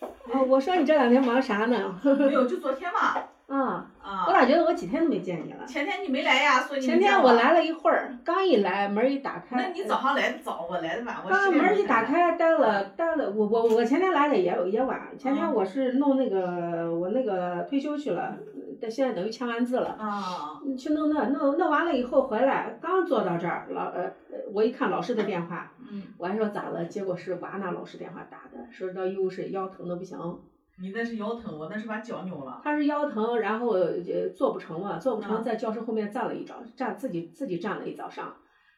哦，我说你这两天忙啥呢？没有，就昨天嘛。啊， 我啊，咋觉得我几天都没见你了？前天你没来呀，所以你没前天见我。来了一会儿，刚一来门一打开，那你早上来的早，我来的晚，我刚10点钟门一打才来，开，待了待了，我我我前天来的也也晚，前天嗯我是弄那个我那个退休去了，但现在等于签完字了，啊，去弄那弄弄完了以后回来，刚坐到这儿，老呃呃我一看老师的电话，嗯，我还说咋了，结果是娃娜老师电话打的，说到医务室腰疼的不行，你那是腰疼，我那是把脚扭了。他是腰疼，然后呃做不成嘛，做不成嗯在教室后面站了一早，站自己自己站了一早上，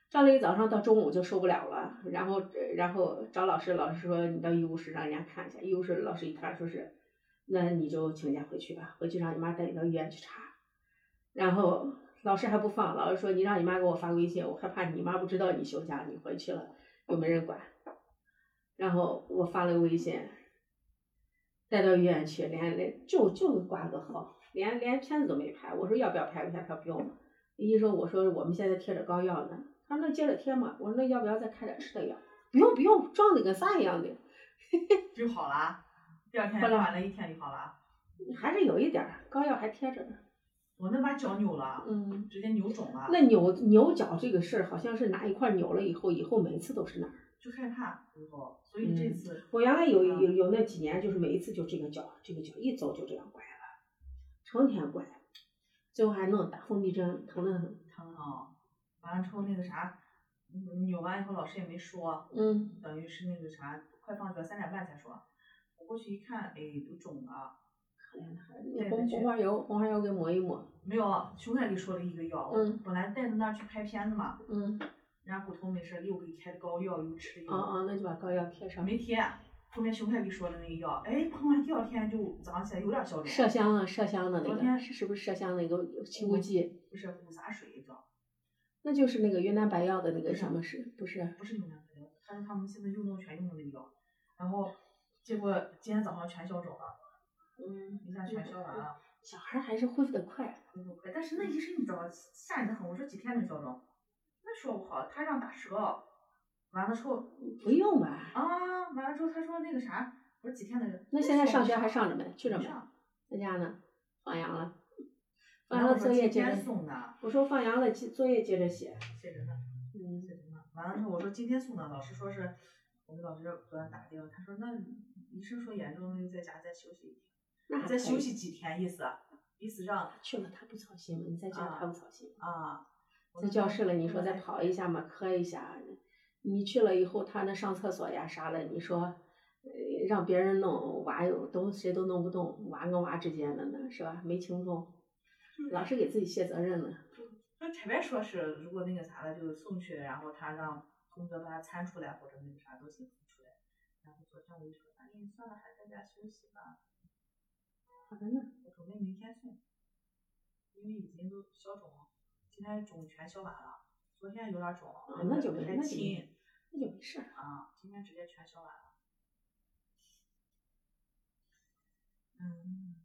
站了一早上到中午就受不了了，然后呃然后找老师，老师说你到医务室让人家看一下，医务室老师一看说是，那你就请假回去吧，回去让你妈带你到医院去查，然后老师还不放，老师说你让你妈给我发微信，我害怕你妈不知道你休假，你回去了又没人管，然后我发了个微信，带到医院去，连连就就挂了个号，连连片子都没拍。我说要不要拍一下？他说不用。医生说我说我们现在贴着膏药呢，他说那接着贴嘛。我说那要不要再开点吃的药？不用不用，壮的跟啥一样的，就好啦，第二天后来晚了一天就好啦。还是有一点儿，膏药还贴着呢。我那把脚扭了，嗯，直接扭肿了，那扭扭脚这个事儿，好像是哪一块扭了以后，以后每一次都是那儿。就害怕骨头，所以这次我原来有有有那几年，就是每一次就这个脚，这个脚一走就这样拐了，成天拐，最后还弄打封闭针，疼得很。疼啊。完了之后那个啥，嗯扭完以后老师也没说，嗯。等于是那个啥，快放学三点半才说。我过去一看，哎，都肿了，那红红花油，红花油给抹一抹。没有。啊熊凯给说了一个药，嗯本来带到那儿去拍片子嘛，嗯，人家骨头没事，又给开的膏药，又吃药，啊啊，那就把膏药贴上。没贴。啊后面熊凯给说的那个药，哎，碰完第二天就早上起来有点消肿。麝香啊，麝香的那昨个天是是不是麝香那个清雾剂？不是古洒水叫，那就是那个云南白药的那不个是什么是不是？不是牛奶粉，他说他们现在用的全用的那个药，然后结果今天早上全消肿了，嗯，一下全消完了，小孩儿还是恢复的快。恢复哎快。但是那医生你知道吗吓人的很，我说几天能消肿，那说不好，他让打舌，完了之后不用吧？啊，完了之后他说那个啥，我说几天能，那现在上学还上着没？没？去着没没？上。在家呢，放羊了。放羊然后了我说作业今接天着。送的，我说放羊了，记作业接着写。写着呢。嗯，这什么？完了之后我说今天送的，老师说是我们老师昨天打电话，他说那医生说严重的就在家再休息一天，那还再休可以息几天意思，意思让去了，他不操心了。你在家啊他不操心。啊在教室了，你说再跑一下嘛，磕一下，你去了以后，他那上厕所呀啥的，你说，呃，让别人弄，娃又都谁都弄不动，娃跟娃之间的呢，是吧？没轻重，老是给自己卸责任呢。那前面说是如果那个啥了，就送去，然后他让同学把他参出来或者那个啥都行出来。然后昨天我就说，哎，你算了，还在家休息吧。好的呢，我准备明天送，因为已经都消肿了，今天肿全消完了，昨天有点肿，啊那就没还那就轻没那就没事儿。啊，今天直接全消完了。嗯，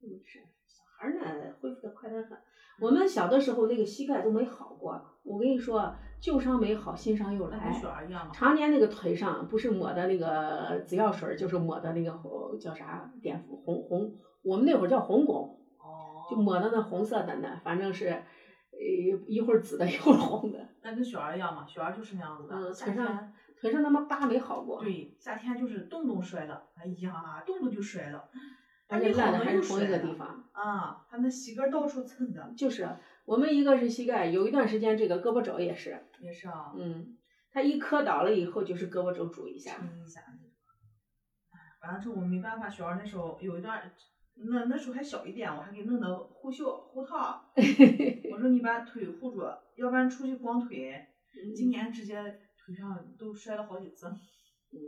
没事儿，小孩儿呢恢复的快得很。我们小的时候那个膝盖都没好过，我跟你说，旧伤没好，新伤又那来跟。雪儿一样嘛。常年那个腿上不是抹的那个紫药水儿，就是抹的那个红叫啥碘伏红红，我们那会儿叫红汞，哦，就抹的那红色的呢，反正是，呃，一会儿紫的，一会儿红的，那跟雪儿一样嘛，雪儿就是那样子的。嗯夏腿上天腿上他妈疤没好过，对，夏天就是动不动摔了，哎呀，动不动就摔了，而那且你烂好的容还是易就同一摔个了地方，啊，他那膝盖到处蹭的，就是我们一个是膝盖，有一段时间这个胳膊肘也是，也是啊，嗯，他一磕倒了以后就是胳膊肘拄一 下，撑一下那种。嗯哎完了之后我没办法，雪儿那时候有一段，那那时候还小一点，我还给弄的护袖护 套，我说你把腿护住，要不然出去光腿。今年直接腿上都摔了好几次。嗯，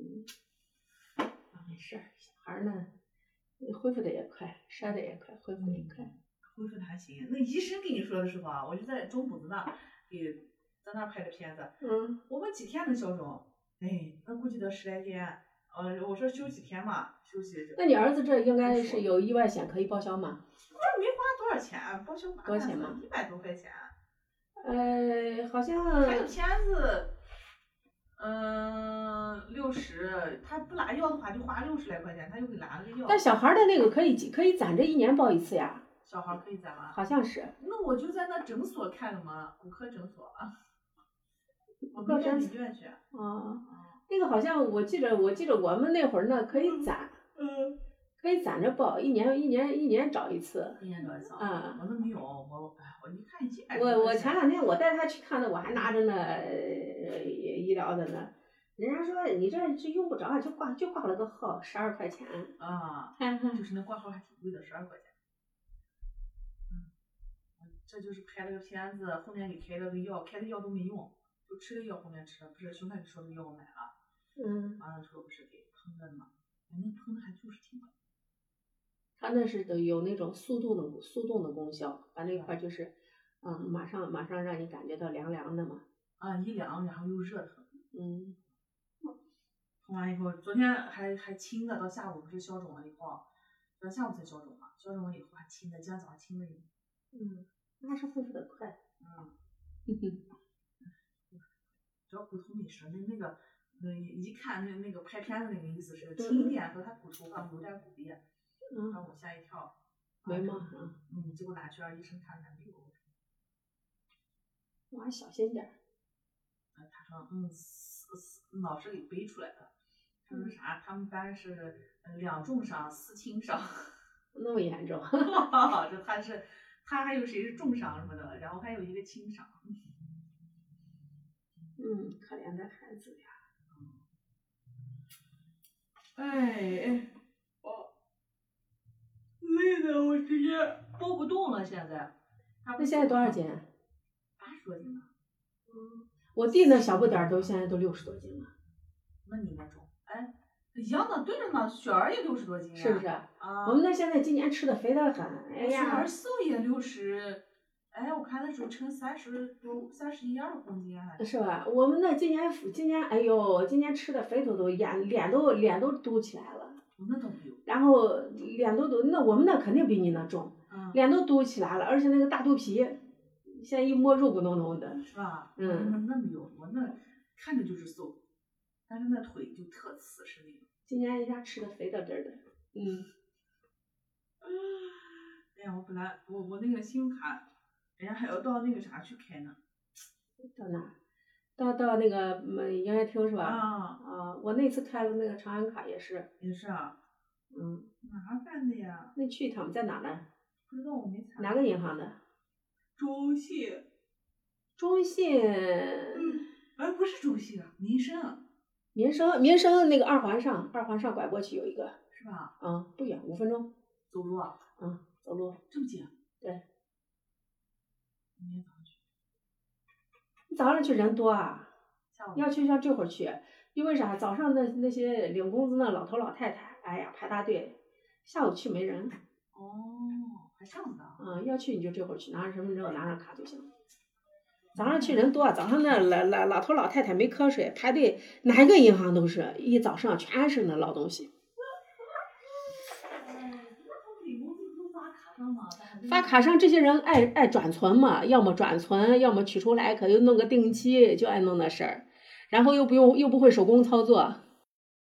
没事儿，小孩儿呢，恢复的也快，摔的也快，恢复的也快。恢复的还行。那医生跟你说的时候啊，我就在中补子那儿给在那儿拍的片子，嗯，我们几天能消肿？哎，那估计得十来天。呃，我说休几天嘛，休息。那你儿子这应该是有意外险可以报销吗？这没花多少钱，报销麻多少钱嘛一百多块钱。呃，好像拍个片子，嗯，六十，他不拿药的话就花六十来块钱，他就给拿了个药。但小孩儿的那个可以几可以攒着一年报一次呀，小孩可以攒吗？好像是。那我就在那诊所看的嘛，骨科诊所啊。我科没诊上你所院去。哦，那个好像我记着，我记着我们那会儿呢可以攒，嗯。可以攒着报，一年一年一年找一次。一年多少？啊我都没有，我哎我一看一哎我我真是前两天我带他去看的，我还拿着呢呃医疗的呢，人家说你这这用不着，就挂就挂了个号，十二块钱。啊，看看就是那挂号还挺贵的，十二块钱。嗯，这就是拍了个片子，后面给开了个药，开的药都没用，就吃的药后面吃了，不是熊太给说的药我买了。啊嗯，完了之后不是给喷了吗？哎，那喷的还就是挺好。它那是的有那种速冻的速冻的功效，把那块儿就是，嗯，马上马上让你感觉到凉凉的嘛。啊，一凉然后又热疼，嗯，喷完以后，昨天还还清的，到下午不是消肿了以后，到下午才消肿嘛，消肿了以后还清的，今天早上清的以后，嗯，那是恢复的快。嗯，嗯哼只要骨头没折，那那个。那一看那那个拍片子那个意思是轻一点，说他骨头啊有点骨裂，嗯，让我吓一跳。没毛。嘛，嗯嗯，结果拿去让医生看看没有。我还小心点儿。他说，嗯，四四老师给背出来的。他说嗯啥？他们班是呃两重伤，四轻伤。那么严重？ 就他是他还有谁是重伤什么的，然后还有一个轻伤。嗯，可怜的孩子呀。哎，哦我累的我直接抱不动了，现在。那现在多少斤？？八十多斤吧。嗯，我弟那小不点儿都现在都六十多斤了，那你那重？哎，一样的，对着呢。雪儿也六十多斤、啊，是不是？？啊，我们那现在今年哎吃的肥得很，哎雪呀儿，瘦也六十，哎，我看那时候称三十多，三十一二公斤还。是吧？我们那今年今年哎呦，今年吃的肥嘟嘟，眼脸都脸都嘟起来了，我那倒没有。然后脸都嘟，那我们那肯定比你那重，嗯。脸都嘟起来了，而且那个大肚皮，现在一摸肉骨隆咚的。是吧？嗯那那没有，我那看着就是瘦，但是那腿就特瓷实那种。今年一下吃的肥到这儿的，嗯，哎呀，我本来我我那个信用卡，人家还要到那个啥去开呢。到哪儿？到到那个嗯营业厅是吧？啊，啊，我那次开了那个长安卡也是，也是啊，嗯，麻烦的呀。那去一趟在哪呢？不知道我没查。哪个银行的？中信？中信、嗯，哎，不是中信啊，民生民生、民生那个二环上，二环上拐过去有一个，是吧？啊，不远，五分钟，走路啊，啊，走路。这么近？对。明天早上去。你早上去人多啊，下午要去像这会儿去，因为啥？早上那那些领工资那老头老太太，哎呀排大队，下午去没人，哦，还这样子啊？啊，要去你就这会儿去，拿着身份证，拿着卡就行。早上去人多，啊早上那老老老头老太太没瞌睡，排队哪一个银行都是一早上全是那老东西，哎，那他们领工资不都发卡上吗？但还没嗯发卡上这些人爱爱转存嘛，要么转存，要么取出来，可又弄个定期，就爱弄那事儿，然后又不用又不会手工操作，